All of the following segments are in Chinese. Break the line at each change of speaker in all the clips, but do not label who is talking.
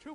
春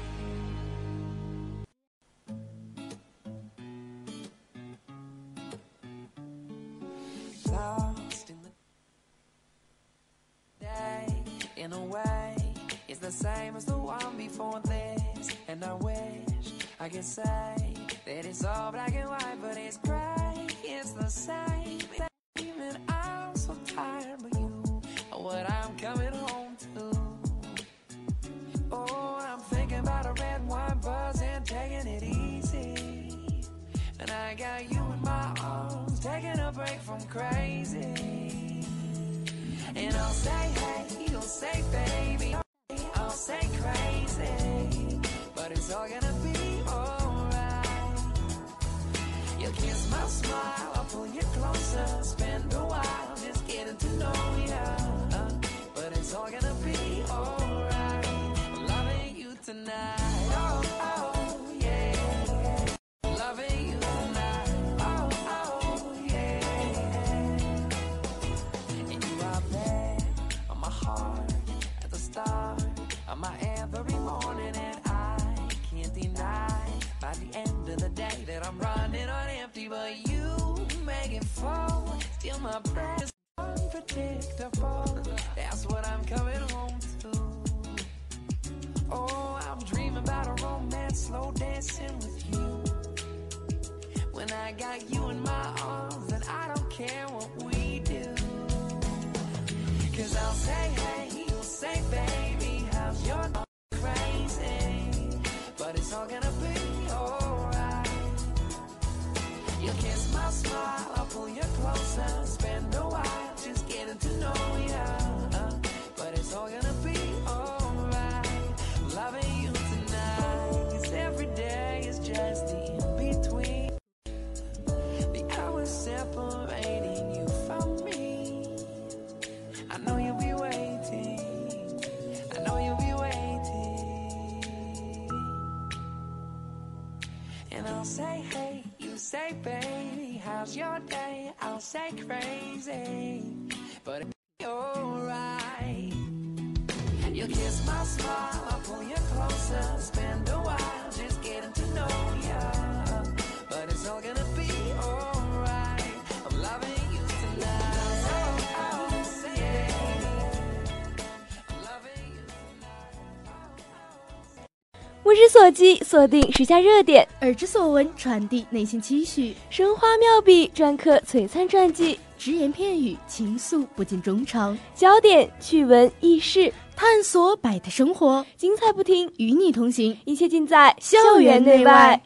Lost in the day, in a way, it's the same as the one before this. And I wish I could say that it's all black and white, but it's gray. It's the same. And I'm so tired of you, and what I'm coming home to. Oh, I'm thinking about a red wine buzz and taking it easy. And I got you in my arms, taking a break from crazy. And I'll say, hey, you'll say, baby, I'll say crazy. But it's all gonna be alright. You'll kiss my smile, I'll pull you closer, spend a while just getting to know ya. Uh, But it's all gonna be alright. I'm loving you tonight. Oh, oh, yeah. Loving you tonight. Oh, oh, yeah. And you are there on my heart at the start of my every morning. And I can't deny by the end of the day that I'm running on empty. But you make it full. Still, my breath is unpredictable. That's what I'm coming home to. Oh, I'm dreaming about a romance, slow dancing with you. When I got you in my arms, and I don't care what we do. Cause I'll say, hey, you'll say, baby, how's your n- crazy? But it's all gonna be alright. You'll kiss my smile, I'll pull you closer, spend a while just getting to know ya. Uh, But it's all gonna be alright. Loving you tonight, cause every day is just the in between. The hours separating you from me. I know you'll be waiting. I know you'll be waiting. And I'll say, hey, you say, baby, how's your day? I'll say crazy, but it'll be alright. You'll kiss my smile, I'll pull you closer, spend a while just getting to know ya. But it's all gonna be alright. I'm loving you tonight. Oh, oh, say, I'm loving you.
目之所及，锁定时下热点；
耳之所闻，传递内心期许，
生花妙笔，篆刻璀璨传记；
只言片语，情愫不尽衷肠，
焦点趣闻轶事，
探索百态生活，
精彩不停，
与你同行。
一切尽在
校园内外。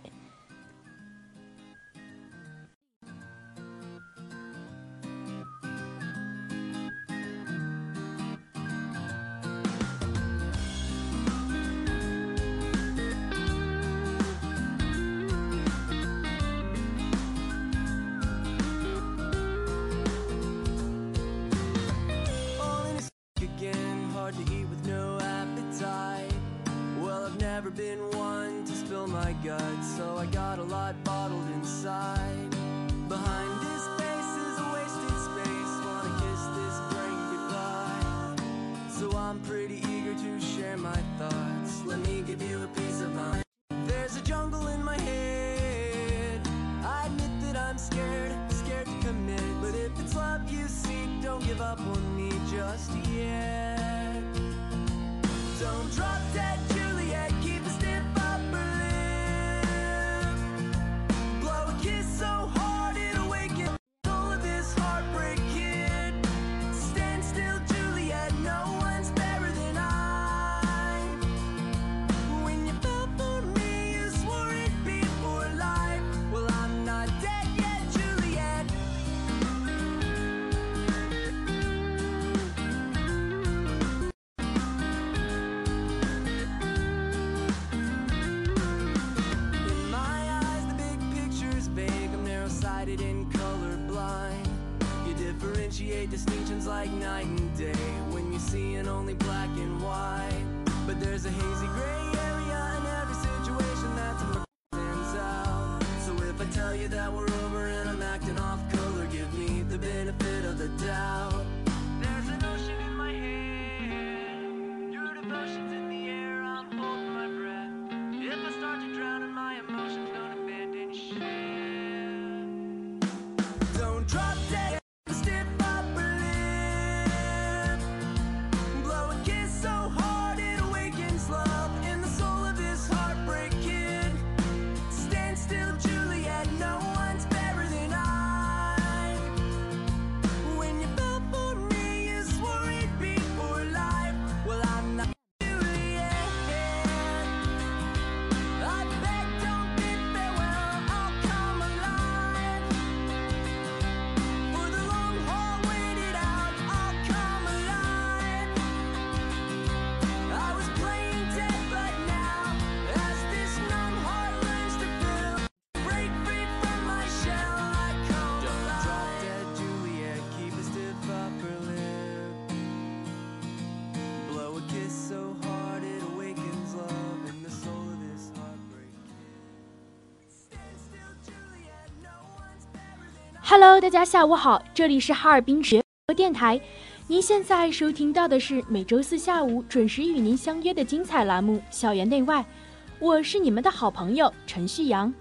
All in a sick again, hard to eat with no appetite. Well, I've never been one to spill my guts, so I got a lot bottled inside. Behind this face is a wasted space, wanna kiss this brain goodbye. So I'm pretty eager to share my thoughts, let me give you a piece of my. There's a jungle in my head. I admit that I'm scared, scared to commit. But if it's love you seek, don't give up on me just yet. Don't drop dead, Juliet. Keep a stiff upper lip. Blow a kiss so hard it'll wake up all of this heart
differentiate distinctions like night and day when you're seeing only black and white. But there's a hazy gray area in every situation that's a stands out. So if I tell you that we're over and I'm acting off color, give me the benefit of the doubt. There's an ocean in my head, your devotion's in the air. I'm holding my breath. If I start to drown in my emotions, don't abandon ship. Don't drop dead. Stiff upper lip. Blow a kiss so hard it awakens love in the soul of this heartbreak kid. Stand still, Juliet. No one's better than I. When you fell for me, you swore it'd be for life. Well, I'm not Juliet. I beg, don't bid farewell. I'll come alive. For the long haul, wait it out. I'll come alive. I was playing dead, but now, as this numb heart learns to feel, break free from my shell, I come alive. Drop dead, Juliet. Keep a stiff upper lip. Blow a kiss so hard it awakens love in the soul of this heartbreak. Stand still, Juliet. No one's better than
Hello，大家下午好，这里是哈尔滨直播电台。您现在收听到的是每周四下午准时与您相约的精彩栏目《校园内外》，我是你们的好朋友陈旭阳。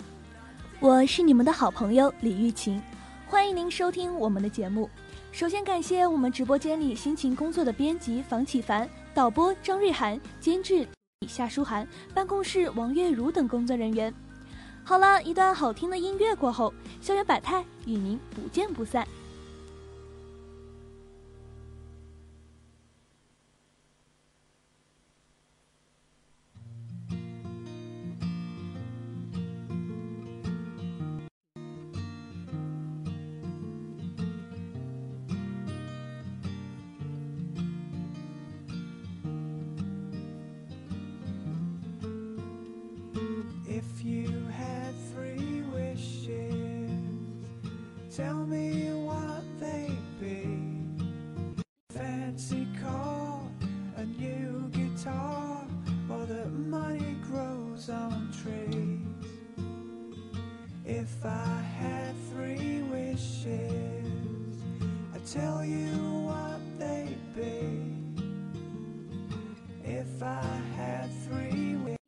我是你们的好朋友李玉琴，欢迎您收听我们的节目。首先感谢我们直播间里辛勤工作的编辑房启凡、导播张瑞涵、监制李夏舒涵、办公室王月如等工作人员。好了，一段好听的音乐过后，校园百态与您不见不散。
If you had three wishes, tell me what they'd be. Fancy car, a new guitar, or that money grows on trees. If I had three wishes, I'd tell you what they'd be. If I had three wishes,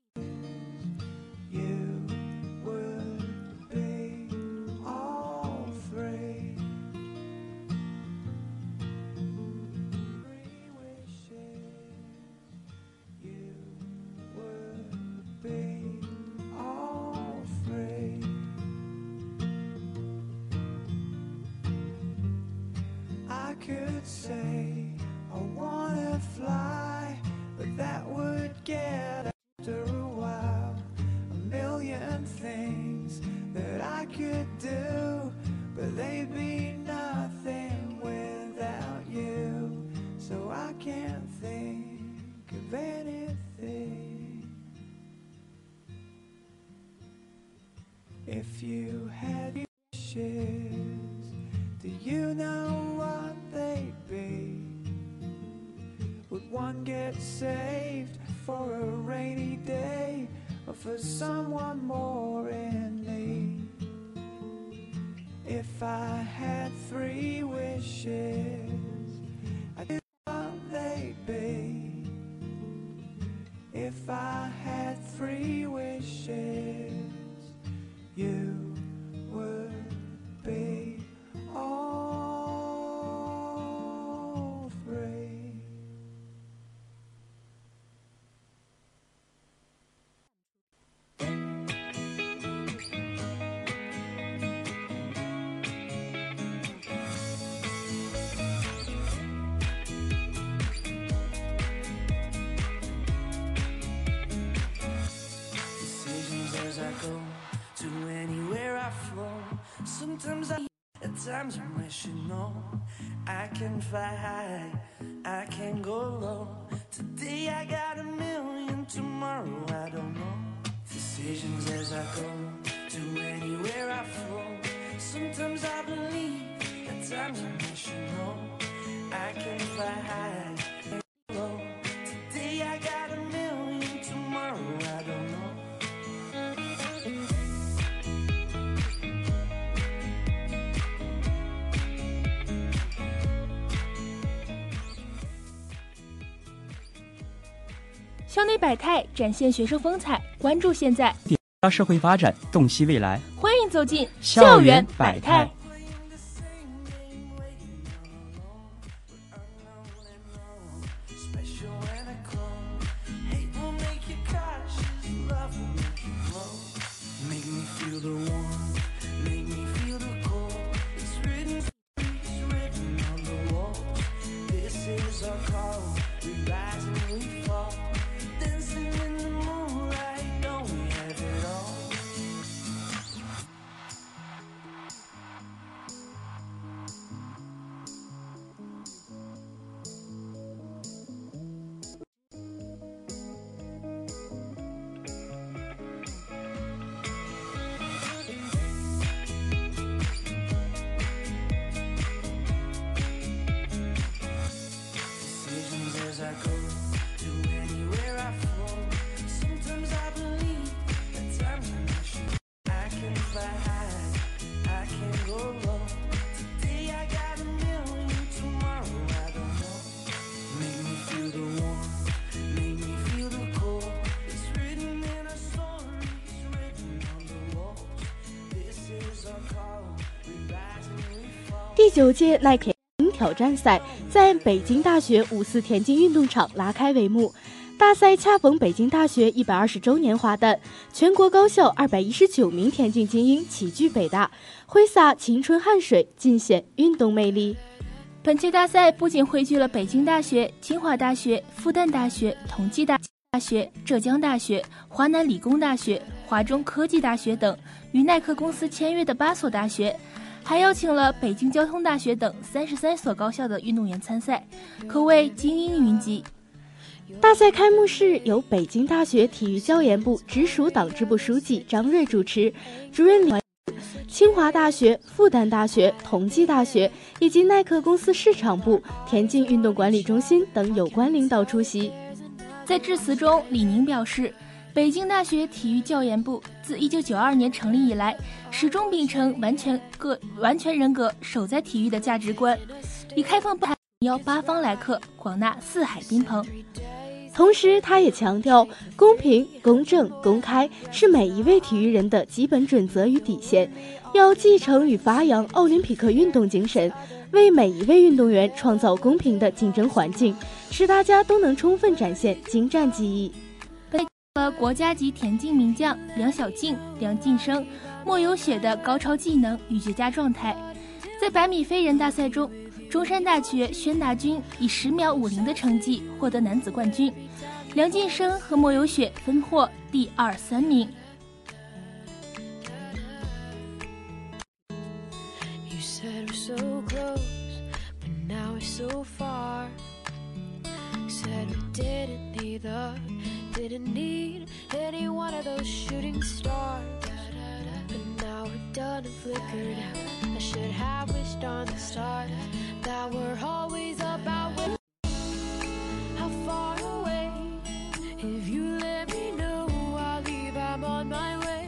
you would be all free. Three wishes, you would be all free. I could say I wanna fly, but that would get after a while a million things that I could do, but they'd be nothing without you. So I can't think of anything. If you had wishes, do you know what they'd be? Would one get saved for a rainy day or for someone more in need? If I had three wishes, I'd do what they'd be. If I had three wishes, you would be all free. decisions as I go to anywhere I flow. Sometimes I, at times I'm wishing no. I can fly high, I can go low. Today I got a million, tomorrow I don't know. Decisions as I go to anywhere I flow. Sometimes I believe, at times I'm wishing no.
校内百态展现学生风采，关注现在，
抓社会发展，洞悉未来，
欢迎走进
校园百态。
Special and a clone. Hate will make you cautious. Love will make you glow. Make me feel the warmth. Make me feel the cold. It's written, it's written on the walls. This is our call. We rise and we fall. Dancing in the moonlight. Don't we have it all? decisions as I go to anywhere I flow. Sometimes I believe, at times I'm not sure. I can fly high, I can go low. Today I got a million, tomorrow I don't know. Make me feel the warmth, make me feel the cold. It's written in our stories, written on the walls. This is our call. We rise and we fall.
第九届耐田挑战赛在北京大学五四田径运动场拉开帷幕。大赛恰逢北京大学一百二十周年华诞，全国高校二百一十九名田径精英齐聚北大，挥洒青春汗水，尽显运动魅力。
本届大赛不仅汇聚了北京大学、清华大学、复旦大学、同济大大学、浙江大学、华南理工大学、华中科技大学等与耐克公司签约的八所大学，还邀请了北京交通大学等三十三所高校的运动员参赛，可谓精英云集。
大赛开幕式由北京大学体育教研部直属党支部书记张锐主持，主任李。清华大学、复旦大学、同济大学以及耐克公司市场部、田径运动管理中心等有关领导出席。
在致辞中，李宁表示，北京大学体育教研部自1992年成立以来，始终秉承完全个完全人格、守在体育的价值观，以开放不邀八方来客，广纳四海宾朋。
同时，他也强调，公平、公正、公开是每一位体育人的基本准则与底线，要继承与发扬奥林匹克运动精神，为每一位运动员创造公平的竞争环境，使大家都能充分展现精湛技艺。
和国家级田径名将梁晓静、梁晋生、莫有雪的高超技能与绝佳状态。在百米飞人大赛中，中山大学宣达军以十秒五零的成绩获得男子冠军，梁晋生和莫有雪分获第二、三名。
You said we're so close, but now we're so far. Said we didn't need love, didn't need any one of those shooting stars. But now we're done and flickered out. I should have wished on the stars that we're always about. When How far away? If you let me know, I'll leave. I'm on my way.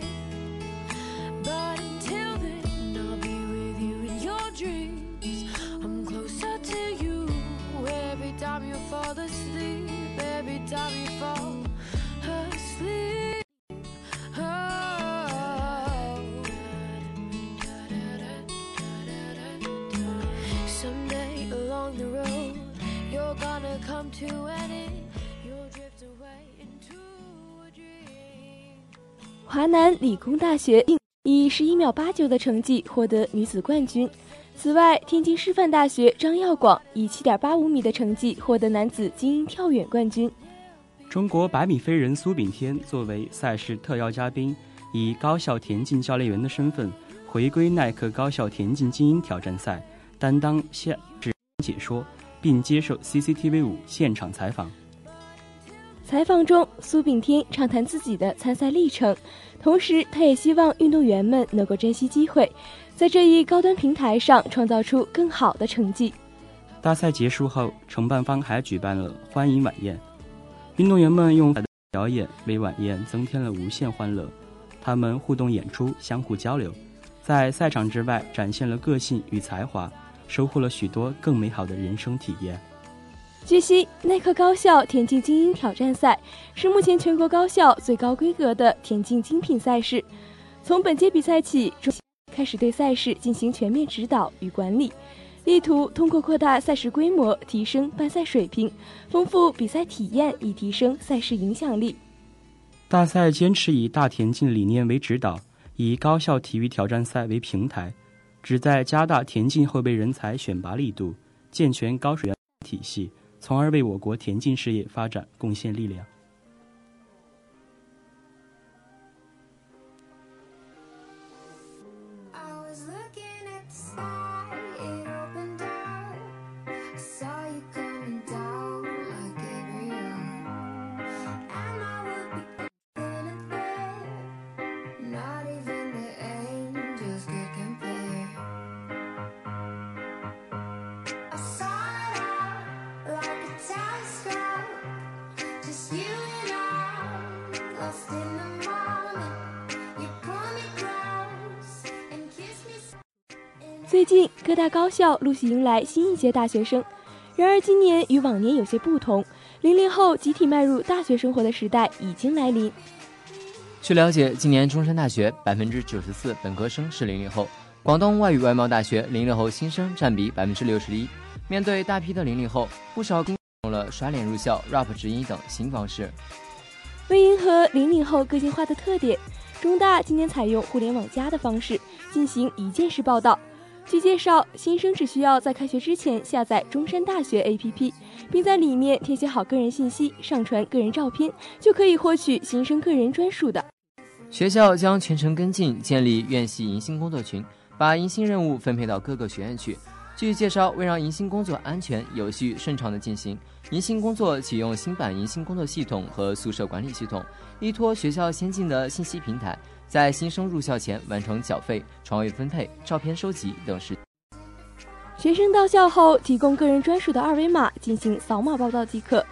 But until then, I'll be with you in your dreams. I'm closer to you every time you fall asleep. Every time you fall asleep. Oh. Someday along the road, you're gonna come to an end. You'll drift away into a dream.
华南理工大学以十一秒八九的成绩获得女子冠军。此外，天津师范大学张耀广以七点八五米的成绩获得男子精英跳远冠军。
中国百米飞人苏炳添作为赛事特邀嘉宾，以高校田径教练员的身份回归耐克高校田径精英挑战赛，担当现实解说，并接受 CCTV 五现场采访。
采访中，苏炳添畅谈自己的参赛历程，同时他也希望运动员们能够珍惜机会，在这一高端平台上创造出更好的成绩。
大赛结束后，承办方还举办了欢迎晚宴，运动员们用表演为晚宴增添了无限欢乐。他们互动演出，相互交流，在赛场之外展现了个性与才华，收获了许多更美好的人生体验。
据悉，耐克高校田径精英挑战赛是目前全国高校最高规格的田径精品赛事。从本届比赛起，中开始对赛事进行全面指导与管理，力图通过扩大赛事规模、提升办赛水平、丰富比赛体验，以提升赛事影响力。
大赛坚持以大田径理念为指导，以高校体育挑战赛为平台，旨在加大田径后备人才选拔力度，健全高水平体系，从而为我国田径事业发展贡献力量。
I was looking at the sky, it opened up. I saw you coming down like Gabriel. And I would be anything, not even the angels could compare. I saw it all like a telescope, just you and I, lost in the moment. You pull me close and kiss me. so-
最近，各大高校陆续迎来新一届大学生。然而，今年与往年有些不同，零零后集体迈入大学生活的时代已经来临。
据了解，今年中山大学百分之九十四本科生是零零后，广东外语外贸大学零零后新生占比百分之六十一。面对大批的零零后，不少用了刷脸入校、rap 直音等新方式。
为迎合零零后个性化的特点，中大今年采用“互联网加”的方式进行一键式报到。据介绍，新生只需要在开学之前下载中山大学 APP，并在里面填写好个人信息，上传个人照片，就可以获取新生个人专属的
学校将全程跟进，建立院系迎新工作群，把迎新任务分配到各个学院去。据介绍，为让迎新工作安全、有序、顺畅的进行，迎新工作启用新版迎新工作系统和宿舍管理系统，依托学校先进的信息平台，在新生入校前完成缴费、床位分配、照片收集等事。
学生到校后，提供个人专属的二维码进行扫码报到即可。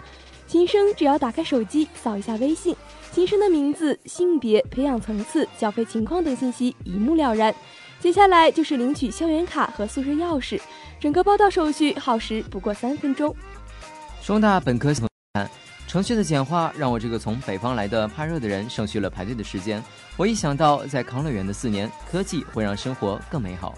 新生只要打开手机，扫一下微信，新生的名字、性别、培养层次、缴费情况等信息一目了然。接下来就是领取校园卡和宿舍钥匙，整个报到手续耗时不过三分钟。
中大本科系统看程序的简化让我这个从北方来的怕热的人省去了排队的时间。我一想到在康乐园的四年，科技会让生活更美好。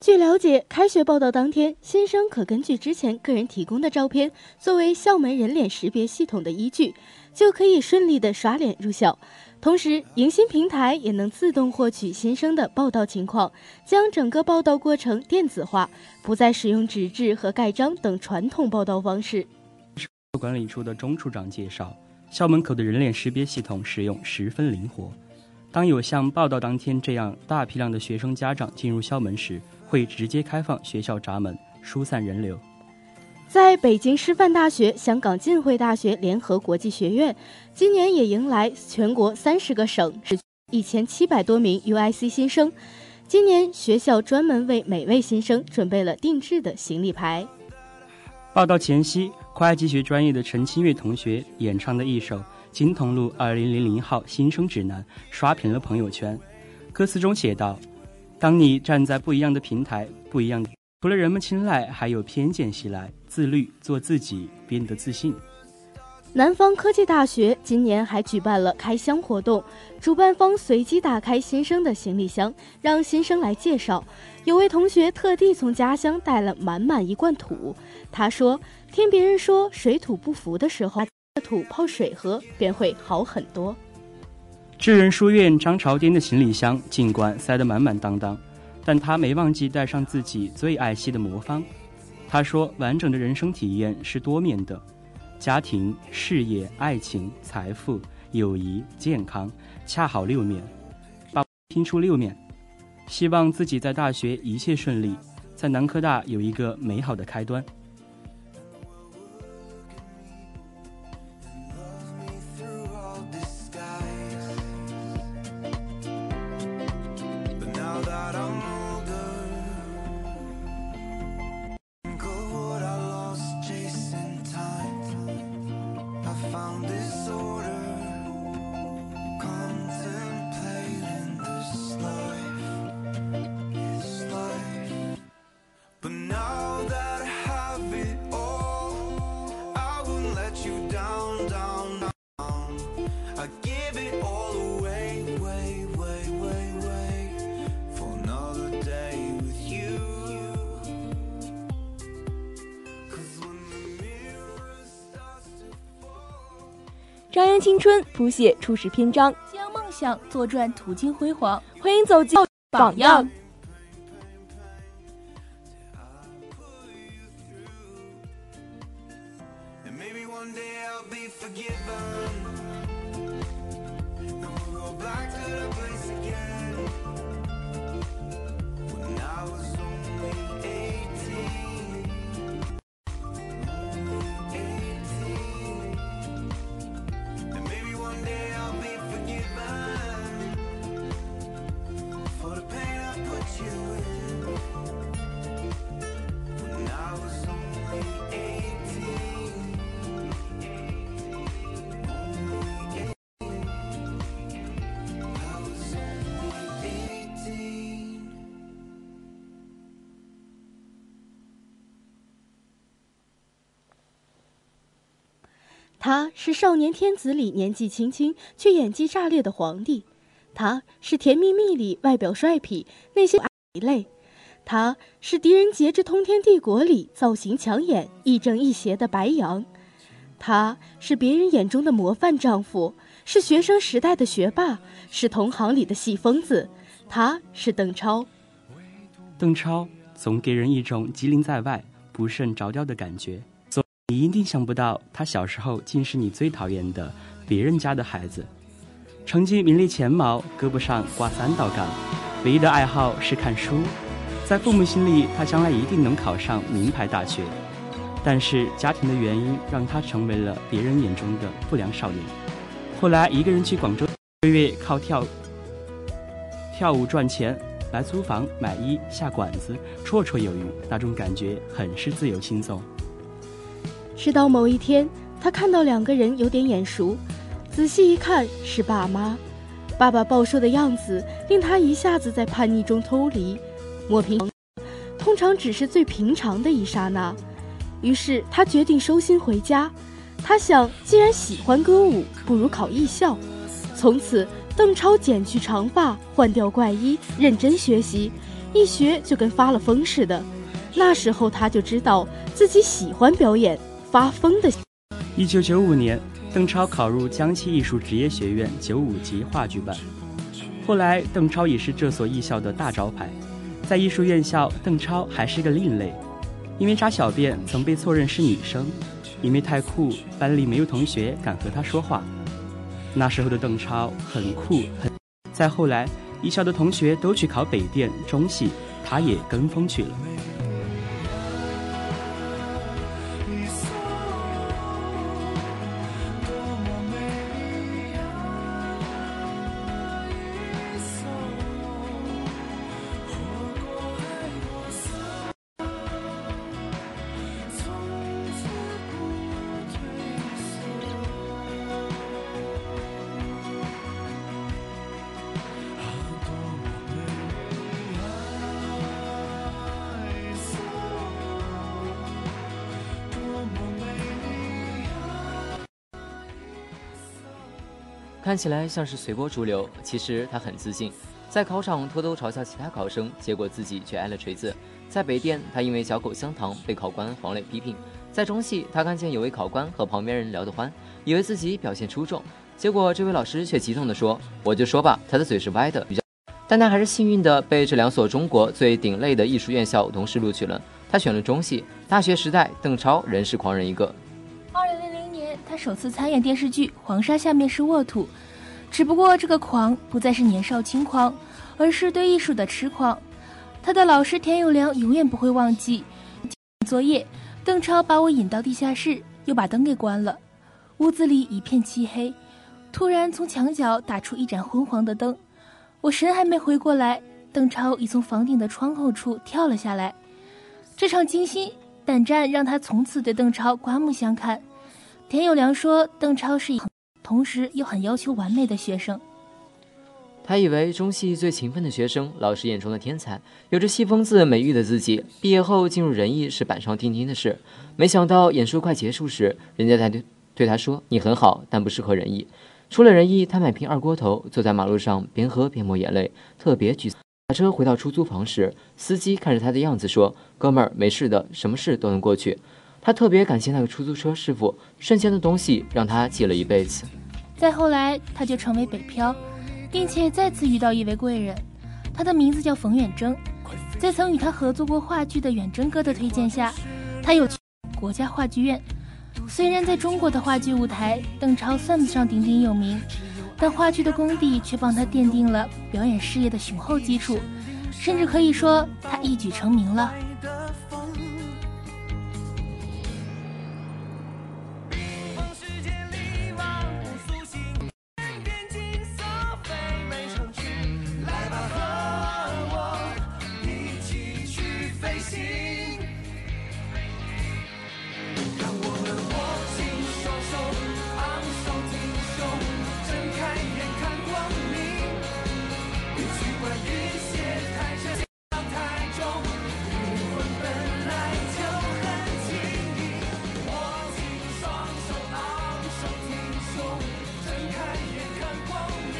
据了解，开学报到当天，新生可根据之前个人提供的照片作为校门人脸识别系统的依据，就可以顺利的刷脸入校。同时，迎新平台也能自动获取新生的报到情况，将整个报到过程电子化，不再使用纸质和盖章等传统报到方式。
管理处的钟处长介绍，校门口的人脸识别系统使用十分灵活。当有像报道当天这样大批量的学生家长进入校门时，会直接开放学校闸门，疏散人流。
在北京师范大学、香港浸会大学联合国际学院，今年也迎来全国三十个省市一千七百多名 UIC 新生。今年学校专门为每位新生准备了定制的行李牌。
报道前夕，会计学专业的陈清月同学演唱的一首《金桐路2000号新生指南》刷屏了朋友圈。歌词中写道：“当你站在不一样的平台，不一样的，除了人们青睐，还有偏见袭来。自律，做自己，变得自信。”
南方科技大学今年还举办了开箱活动，主办方随机打开新生的行李箱，让新生来介绍。有位同学特地从家乡带了满满一罐土，他说：“听别人说水土不服的时候，拿土泡水喝便会好很多。
智仁书院张朝天的行李箱尽管塞得满满当当，但他没忘记带上自己最爱惜的魔方。他说：“完整的人生体验是多面的，家庭、事业、爱情、财富、友谊、健康，恰好六面，把拼出六面。希望自己在大学一切顺利，在南科大有一个美好的开端。”
张扬青春，谱写初始篇章，
将梦想做转途经辉煌。
欢迎走进榜样。
And maybe one day I'll be forgiven. Then we'll go back to the place again. When I was only 18. 18. And maybe one day I'll be forgiven. For the pain I put you in. When I was only 18.
“他是少年天子里年纪轻轻却演技炸裂的皇帝，他是甜蜜蜜里外表帅痞内心一类，他是狄仁杰之通天帝国里造型抢眼亦正亦邪的白羊，他是别人眼中的模范丈夫，是学生时代的学霸，是同行里的戏疯子，他是邓超。
邓超总给人一种吉林在外不慎着调的感觉，总你一定想不到他小时候竟是你最讨厌的别人家的孩子。成绩名列前茅，胳膊上挂三道杠，唯一的爱好是看书。在父母心里，他将来一定能考上名牌大学，但是家庭的原因让他成为了别人眼中的不良少年。后来一个人去广州，月月靠跳跳舞赚钱，来租房、买衣、下馆子，绰绰有余，那种感觉很是自由轻松。
直到某一天，他看到两个人有点眼熟，仔细一看是爸妈。爸爸暴瘦的样子令他一下子在叛逆中抽离。抹平，通常只是最平常的一刹那。于是他决定收心回家。他想，既然喜欢歌舞，不如考艺校。从此，邓超剪去长发，换掉怪衣，认真学习，一学就跟发了疯似的。那时候他就知道自己喜欢表演，发疯的。
一九九五年，邓超考入江西艺术职业学院九五级话剧班。后来，邓超也是这所艺校的大招牌。在艺术院校，邓超还是个另类，因为扎小辫曾被错认是女生，因为太酷，班里没有同学敢和他说话。那时候的邓超很酷，很。再后来，艺校的同学都去考北电、中戏，他也跟风去了。
看起来像是随波逐流，其实他很自信。在考场偷偷嘲笑其他考生，结果自己却挨了锤子。在北电，他因为小狗香糖被考官黄磊批评；在中戏，他看见有位考官和旁边人聊得欢，以为自己表现出众，结果这位老师却激动地说：“我就说吧，他的嘴是歪的。”但他还是幸运的被这两所中国最顶类的艺术院校同时录取了。他选了中戏。大学时代，邓超仍是狂人一个，
二零零零年，他首次参演电视剧《黄沙下面是沃土》，只不过这个狂不再是年少轻狂，而是对艺术的痴狂。他的老师田有良永远不会忘记。作业，邓超把我引到地下室，又把灯给关了。屋子里一片漆黑，突然从墙角打出一盏昏黄的灯。我神还没回过来，邓超已从房顶的窗口处跳了下来。这场惊心胆战让他从此对邓超刮目相看。田有良说，邓超是一个同时又很要求完美的学生。
他以为中戏最勤奋的学生，老师眼中的天才，有着“戏疯子”美誉的自己，毕业后进入仁义是板上钉钉的事。没想到演出快结束时，人家才对对他说：“你很好，但不适合仁义。”出了仁义，他买瓶二锅头，坐在马路上边喝边抹眼泪，特别沮丧。打车回到出租房时，司机看着他的样子说：“哥们儿，没事的，什么事都能过去。”他特别感谢那个出租车师傅，瞬间的东西让他记了一辈子。
再后来，他就成为北漂，并且再次遇到一位贵人，他的名字叫冯远征。在曾与他合作过话剧的远征哥的推荐下，他有国家话剧院。虽然在中国的话剧舞台，邓超算不上鼎鼎有名，但话剧的功底却帮他奠定了表演事业的雄厚基础，甚至可以说他一举成名了。
往世界里忘，苏醒，边境扫飞每城区。来吧，和我一起去飞行。让我们握紧双手，昂首挺胸，睁开眼看光明。别去管一些太沉太重，灵魂本来就很轻盈。握紧双手，昂首挺胸，睁开眼看光明。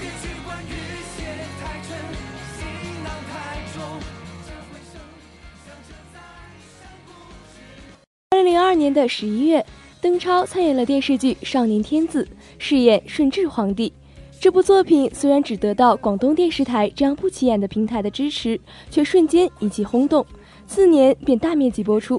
别去管雨些太沉，行囊太重，这回生想着再想不知。
二零零二年的十一月，邓超参演了电视剧《少年天子》，饰演顺治皇帝。这部作品虽然只得到广东电视台这样不起眼的平台的支持，却瞬间引起轰动，次年便大面积播出。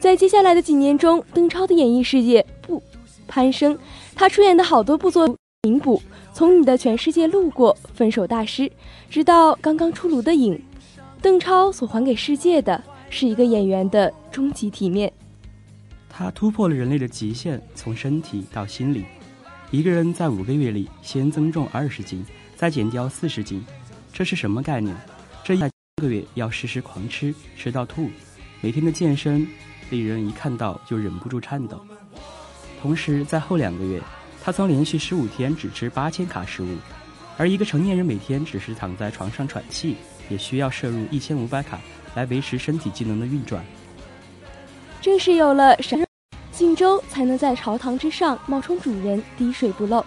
在接下来的几年中，邓超的演艺事业不攀升，他出演的好多部作品弥补，从《你的全世界路过》《分手大师》，直到刚刚出炉的《影》，邓超所还给世界的是一个演员的终极体面。
他突破了人类的极限，从身体到心理。一个人在五个月里先增重二十斤，再减掉四十斤，这是什么概念？这一个月要时时狂吃，吃到吐。每天的健身，令人一看到就忍不住颤抖。同时，在后两个月，他曾连续十五天只吃八千卡食物，而一个成年人每天只是躺在床上喘气，也需要摄入一千五百卡来维持身体机能的运转。
正是有了神靖州，才能在朝堂之上冒充主人，滴水不漏；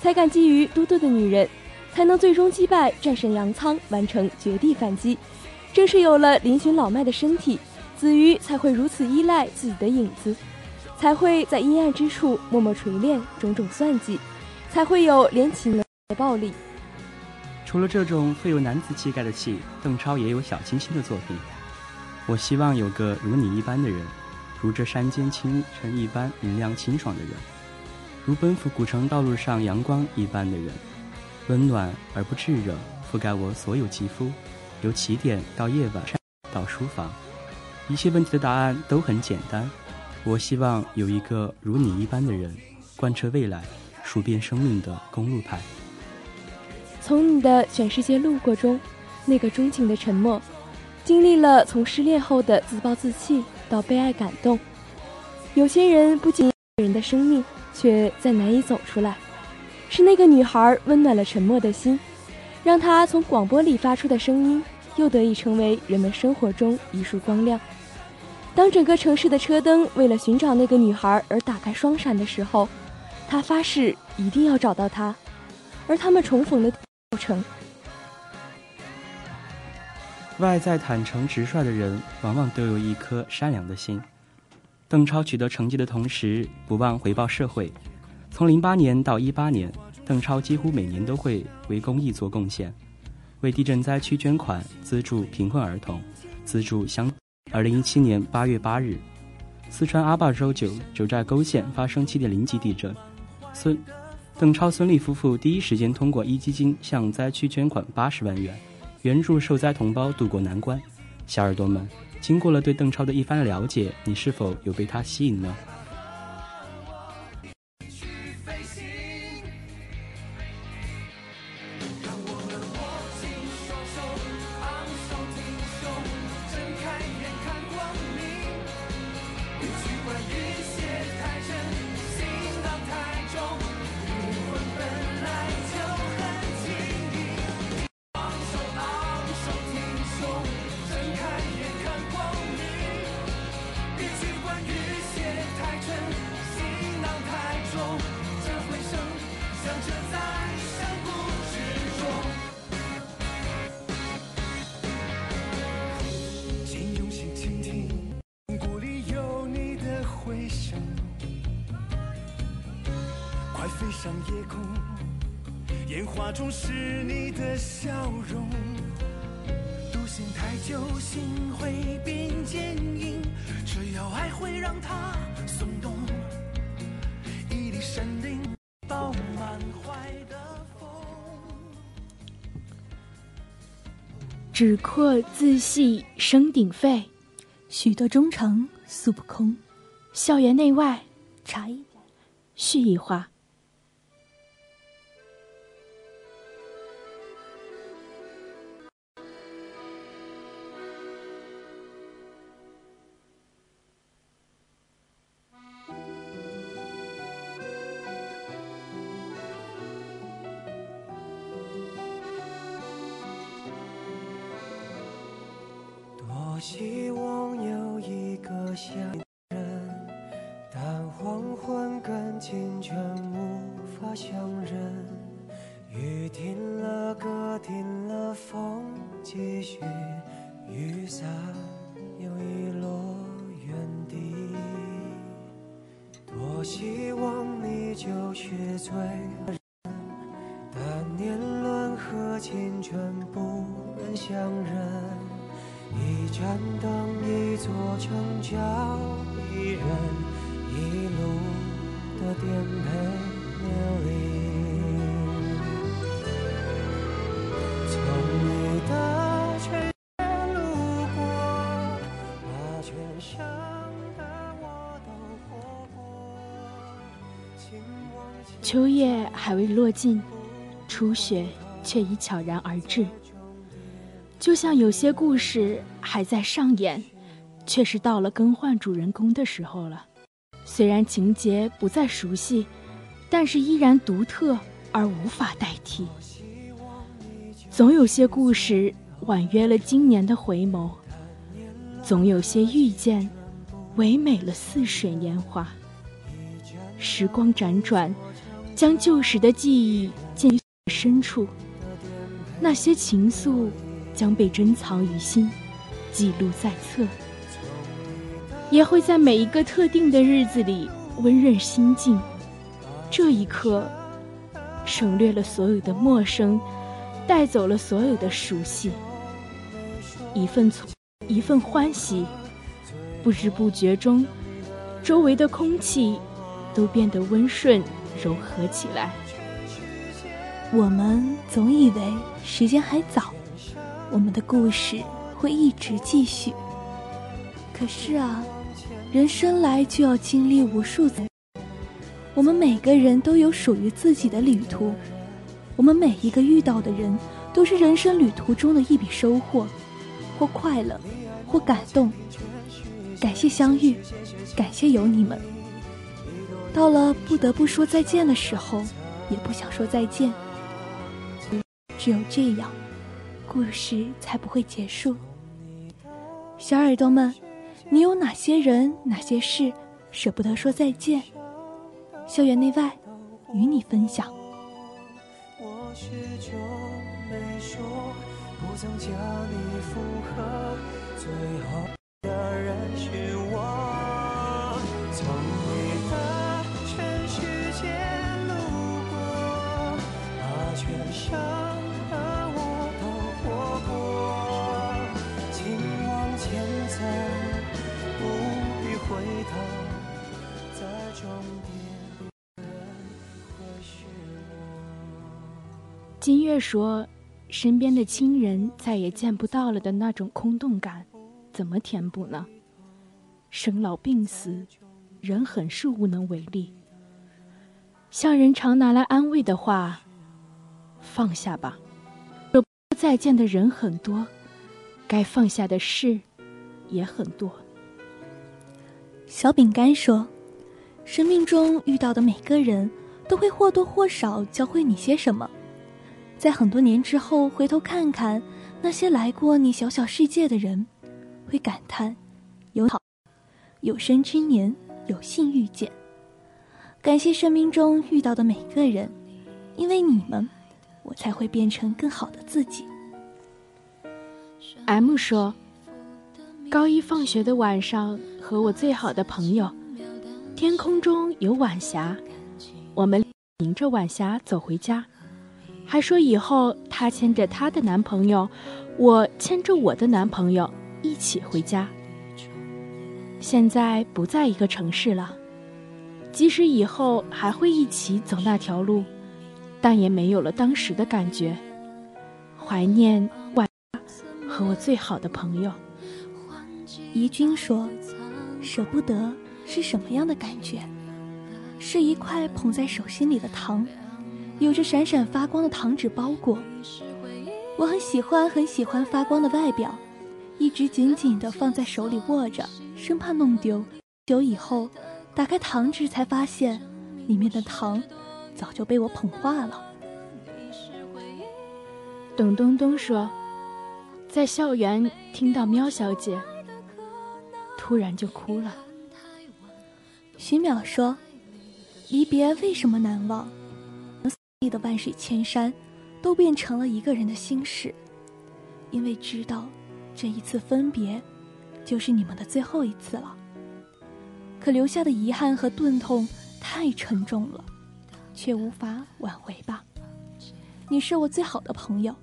才敢觊觎都督的女人，才能最终击败战神杨仓，完成绝地反击。正是有了嶙峋老迈的身体，子瑜才会如此依赖自己的影子，才会在阴暗之处默默锤炼种种算计，才会有连情的暴力。
除了这种富有男子气概的戏，邓超也有小清新的作品。我希望有个如你一般的人，如这山间清晨一般明亮清爽的人，如奔赴古城道路上阳光一般的人，温暖而不炙热，覆盖我所有肌肤，由起点到夜晚，到书房，一切问题的答案都很简单。我希望有一个如你一般的人，贯彻未来，数遍生命的公路牌。
从你的全世界路过中，那个钟情的沉默，经历了从失恋后的自暴自弃到被爱感动。有些人不仅人的生命，却再难以走出来。是那个女孩温暖了沉默的心，让她从广播里发出的声音，又得以成为人们生活中一束光亮。当整个城市的车灯为了寻找那个女孩而打开双闪的时候，她发誓一定要找到她。而他们重逢的过程，
外在坦诚直率的人，往往都有一颗善良的心。邓超取得成绩的同时，不忘回报社会。从零八年到一八年，邓超几乎每年都会为公益做贡献，为地震灾区捐款，资助贫困儿童，资助乡。二零一七年八月八日，四川阿坝州九九寨沟县发生七点零级地震，孙邓超、孙俪夫妇第一时间通过壹基金向灾区捐款八十万元，援助受灾同胞渡过难关。小耳朵们，经过了对邓超的一番的了解，你是否有被他吸引呢？
飞行，让我们握紧双手，昂首挺胸，睁开眼看光明。别去管一些太沉，行囊太重，灵魂本来就很轻盈。昂首昂首挺胸，睁开眼看光明。别去管雨些太沉，行囊太重，这回生想着再想不执着。请用心倾听，鼓里有你的回声。上夜空，烟花中是你的笑容。独行太久，心会变坚硬，只要爱会让它松动。一粒山林，到满怀的风。
只阔自系生鼎沸，
许多衷肠诉不空。
校园内外，
茶一
絮一话。
多希望有一个乡人，但黄昏跟清晨无法相认。雨停了，歌停了，风继续，雨伞又遗落原地。多希望你就是醉的人，但年轮和青春不能相认。一盏灯，一座城，叫一人，一路的颠沛流离。从你的唇边路过，把全身的我都活过。请忘记
秋叶还未落尽，初雪却已悄然而至。就像有些故事还在上演，却是到了更换主人公的时候了。虽然情节不再熟悉，但是依然独特而无法代替。总有些故事婉约了今年的回眸，总有些遇见唯美了似水年华。时光辗转，将旧时的记忆建于深处，那些情愫将被珍藏于心，记录在册，也会在每一个特定的日子里温润心境。这一刻，省略了所有的陌生，带走了所有的熟悉，一份从一份欢喜，不知不觉中，周围的空气都变得温顺柔和起来。
我们总以为时间还早，我们的故事会一直继续。可是啊，人生来就要经历无数次，我们每个人都有属于自己的旅途，我们每一个遇到的人都是人生旅途中的一笔收获，或快乐，或感动。感谢相遇，感谢有你们。到了不得不说再见的时候，也不想说再见。只有这样，故事才不会结束。小耳朵们，你有哪些人、哪些事舍不得说再见？校园内外，与你分享。
我许久没说，不曾将你附和，最后的人是我。从你的全世界路过，把全身的我都活过。请往前走，不必回头，在终点的人会是
金月说：“身边的亲人再也见不到了的那种空洞感，怎么填补呢？生老病死，人很是无能为力。像人常拿来安慰的话，放下吧。说再见的人很多，该放下的事也很多。
小饼干说：“生命中遇到的每个人都会或多或少教会你些什么，在很多年之后回头看看那些来过你小小世界的人，会感叹有好，有生之年有幸遇见，感谢生命中遇到的每个人，因为你们，我才会变成更好的自己。”
M 说，高一放学的晚上，和我最好的朋友，天空中有晚霞，我们迎着晚霞走回家，还说以后她牵着她的男朋友，我牵着我的男朋友一起回家。现在不在一个城市了，即使以后还会一起走那条路，但也没有了当时的感觉。怀念晚霞和我最好的朋友。
怡君说：“舍不得是什么样的感觉？是一块捧在手心里的糖，有着闪闪发光的糖纸包裹。我很喜欢很喜欢发光的外表，一直紧紧地放在手里握着，生怕弄丢。久以后，打开糖纸才发现，里面的糖早就被我捧化了。”
董东东说，在校园听到喵小姐，突然就哭了。
徐淼说：“离别为什么难忘？地的万水千山，都变成了一个人的心事，因为知道这一次分别，就是你们的最后一次了。可留下的遗憾和钝痛太沉重了，却无法挽回吧。你是我最好的朋友，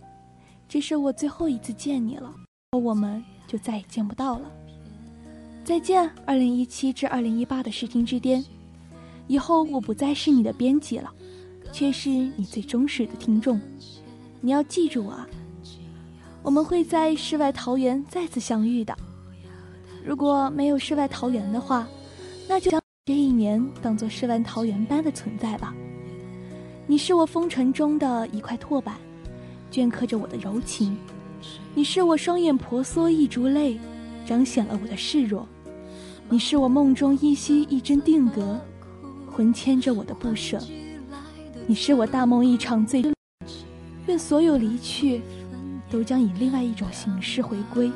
这是我最后一次见你了，我们就再也见不到了。”再见，二零一七至二零一八的视听之巅。以后我不再是你的编辑了，却是你最忠实的听众。你要记住我啊，我们会在世外桃源再次相遇的。如果没有世外桃源的话，那就将这一年当做世外桃源般的存在吧。你是我风尘中的一块拓板，镌刻着我的柔情。你是我双眼婆娑一烛泪，彰显了我的示弱。你是我梦中一息一针定格，魂牵着我的不舍。你是我大梦一场最，愿所有离去，都将以另外一种形式回归。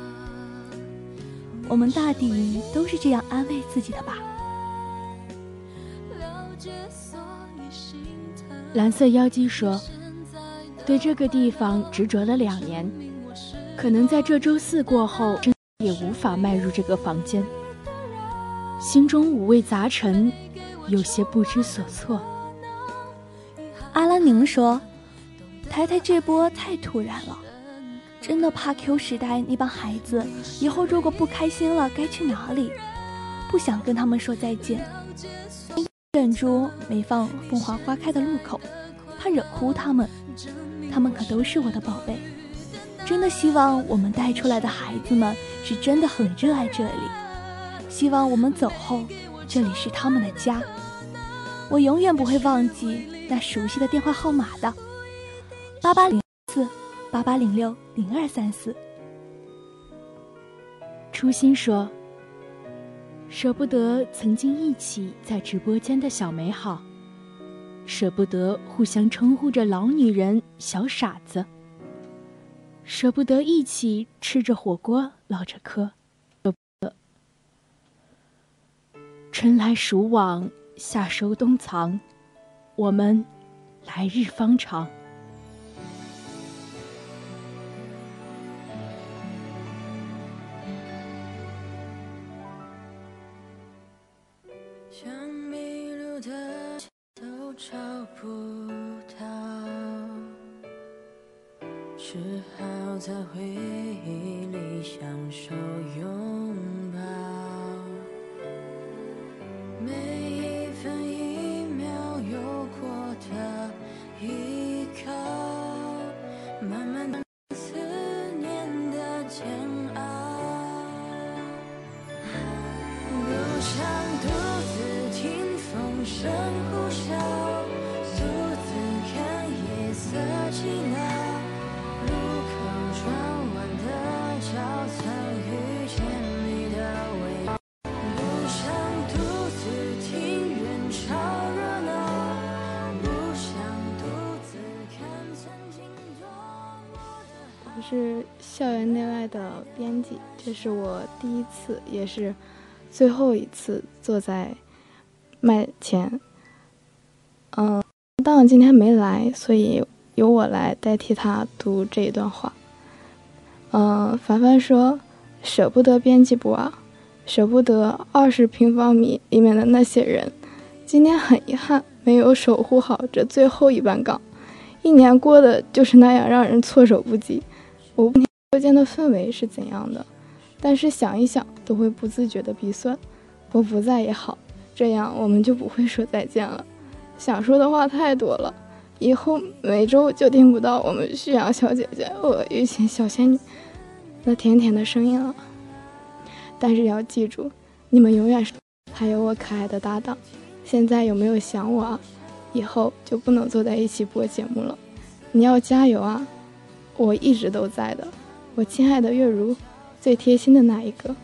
我们大抵都是这样安慰自己的吧。
蓝色妖姬说，对这个地方执着了两年，可能在这周四过后，真也无法迈入这个房间。心中五味杂陈，有些不知所措。
阿拉宁说：“台台这波太突然了，真的怕 Q 时代那帮孩子以后如果不开心了该去哪里，不想跟他们说再见。忍住没放凤凰花开的路口，怕惹哭他们，他们可都是我的宝贝。真的希望我们带出来的孩子们是真的很热爱这里，希望我们走后，这里是他们的家。我永远不会忘记那熟悉的电话号码的，八八零四八八零六零二三四。
初心说：“舍不得曾经一起在直播间的小美好，舍不得互相称呼着老女人、小傻子，舍不得一起吃着火锅唠着嗑，舍不得春来暑往，夏收冬藏，我们来日方长。”
像迷路的都找不到，只好在回忆里享受拥抱。每一分一秒有过的依靠，慢慢地思念的煎熬。路上独自听风声呼啸，独自看夜色寂寥。路口转弯的角，曾遇见你的微笑。路上独自听人潮热闹，不想独自看曾经多么的。
我是校园内外的编辑，这是我第一次，也是最后一次坐在麦前。嗯，当然今天没来，所以由我来代替他读这一段话。嗯，凡凡说：“舍不得编辑部啊，舍不得二十平方米里面的那些人。今天很遗憾，没有守护好这最后一半岗。一年过得就是那样，让人措手不及。我不课间的氛围是怎样的，但是想一想都会不自觉的鼻酸。我不在也好，这样我们就不会说再见了。想说的话太多了，以后每周就听不到我们旭阳小姐姐、我遇见小仙女那甜甜的声音了。但是要记住，你们永远是还有我可爱的搭档。现在有没有想我啊？以后就不能坐在一起播节目了，你要加油啊！我一直都在的，我亲爱的月如，最贴心的那一个，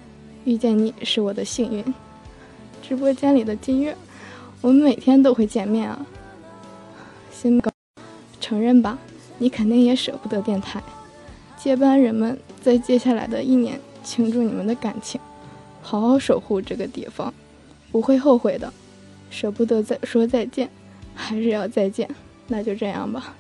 遇见你是我的幸运。直播间里的金月，我们每天都会见面啊。新狗，承认吧，你肯定也舍不得电台。接班人们在接下来的一年倾注你们的感情，好好守护这个地方，不会后悔的。舍不得再说再见，还是要再见，那就这样吧。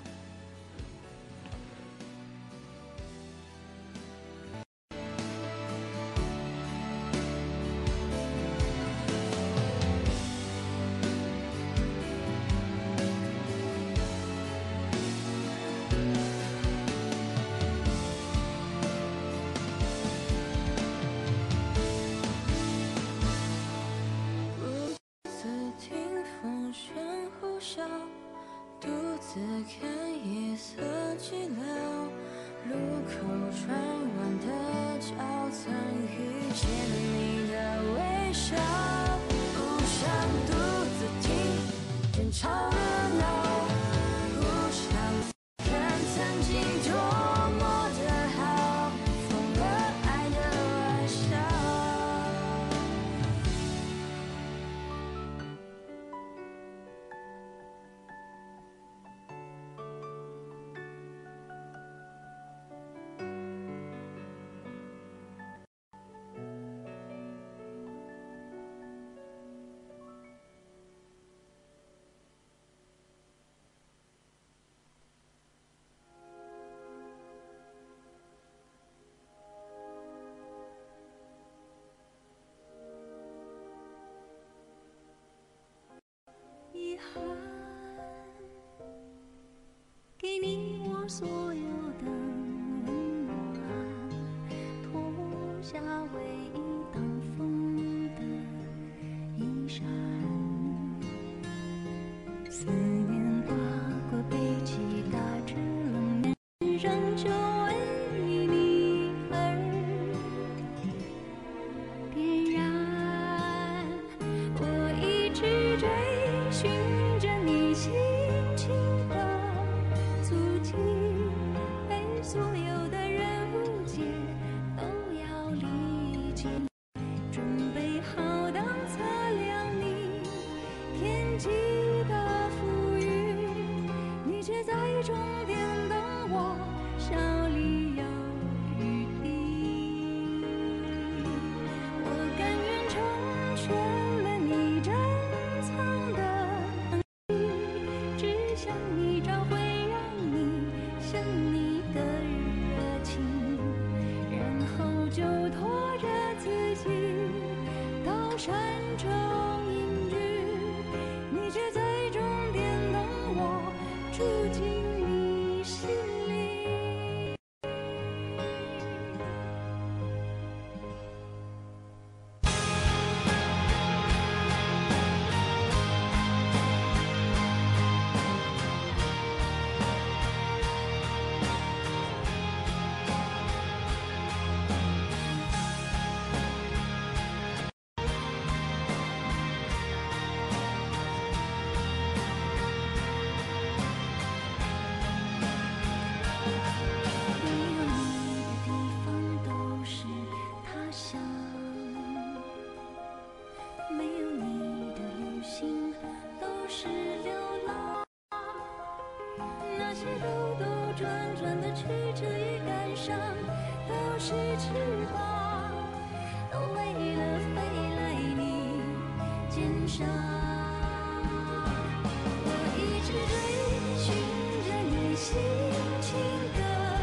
独自听风声呼啸，独自看夜色寂寥。路口转弯的角，曾遇见你的微笑。不想独自听人潮热闹，不想看曾经多么的好，疯了爱的玩笑。遗憾，给你我所有的温暖，脱下唯一挡风的衣衫。思念划过北极，打湿了面，仍旧为你而点燃。我一直追寻着你心情的足迹，被所有的人误解，都要理解。准备好当测量你天际的富裕，你却在终点等我，笑里有余地。我甘愿成全了你珍藏的能力，只想你找回让你想你的热情，然后就拖着自己到山中隐居，你却在终点等我住进你心里。没有你的地方都是他乡，没有你的旅行都是流浪。那些兜兜转转的曲折与感伤，都是翅膀，都为了飞来你肩上。我一直追寻着你心情的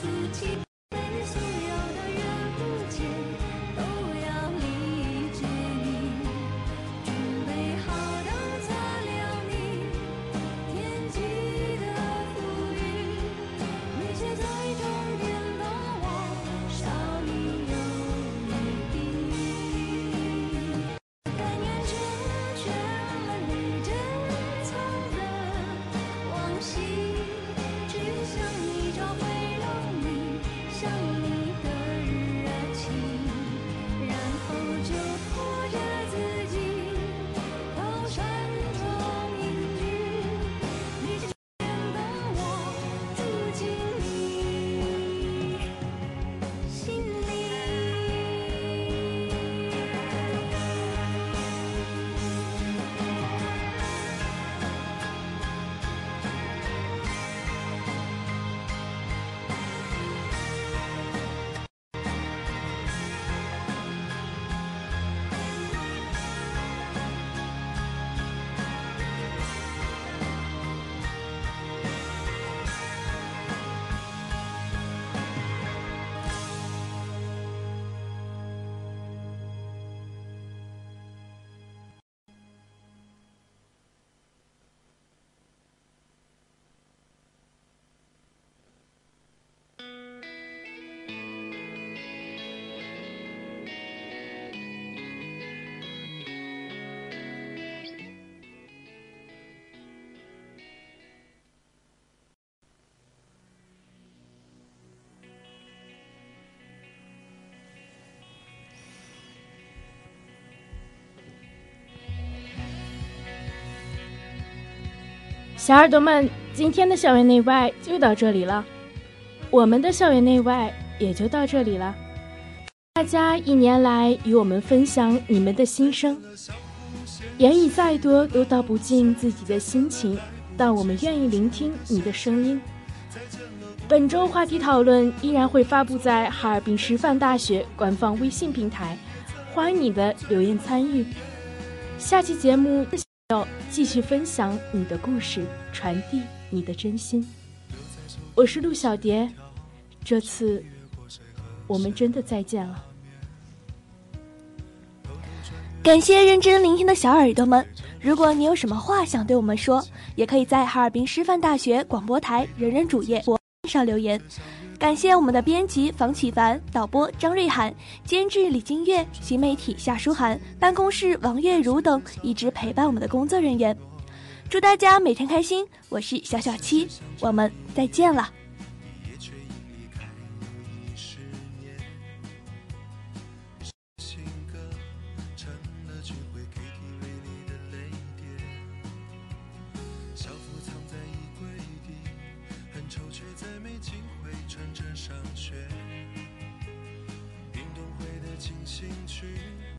足迹，被所有的人误解，都要理解你。准备好当测量你
小耳朵们，今天的校园内外就到这里了，我们的校园内外也就到这里了。大家一年来与我们分享你们的心声，言语再多都道不尽自己的心情，但我们愿意聆听你的声音。本周话题讨论依然会发布在哈尔滨师范大学官方微信平台，欢迎你的留言参与。下期节目要继续分享你的故事，传递你的真心。我是陆小蝶，这次我们真的再见了。
感谢认真聆听的小耳朵们。如果你有什么话想对我们说，也可以在哈尔滨师范大学广播台人人主页播上留言。感谢我们的编辑房启凡、导播张瑞涵、监制李金月、新媒体夏书涵、办公室王月如等一直陪伴我们的工作人员。祝大家每天开心！我是小小七，我们再见了。
情歌成了聚会 KTV 里的泪点，校服藏在衣柜底，很丑却在没机会穿着上学。运动会的进行曲。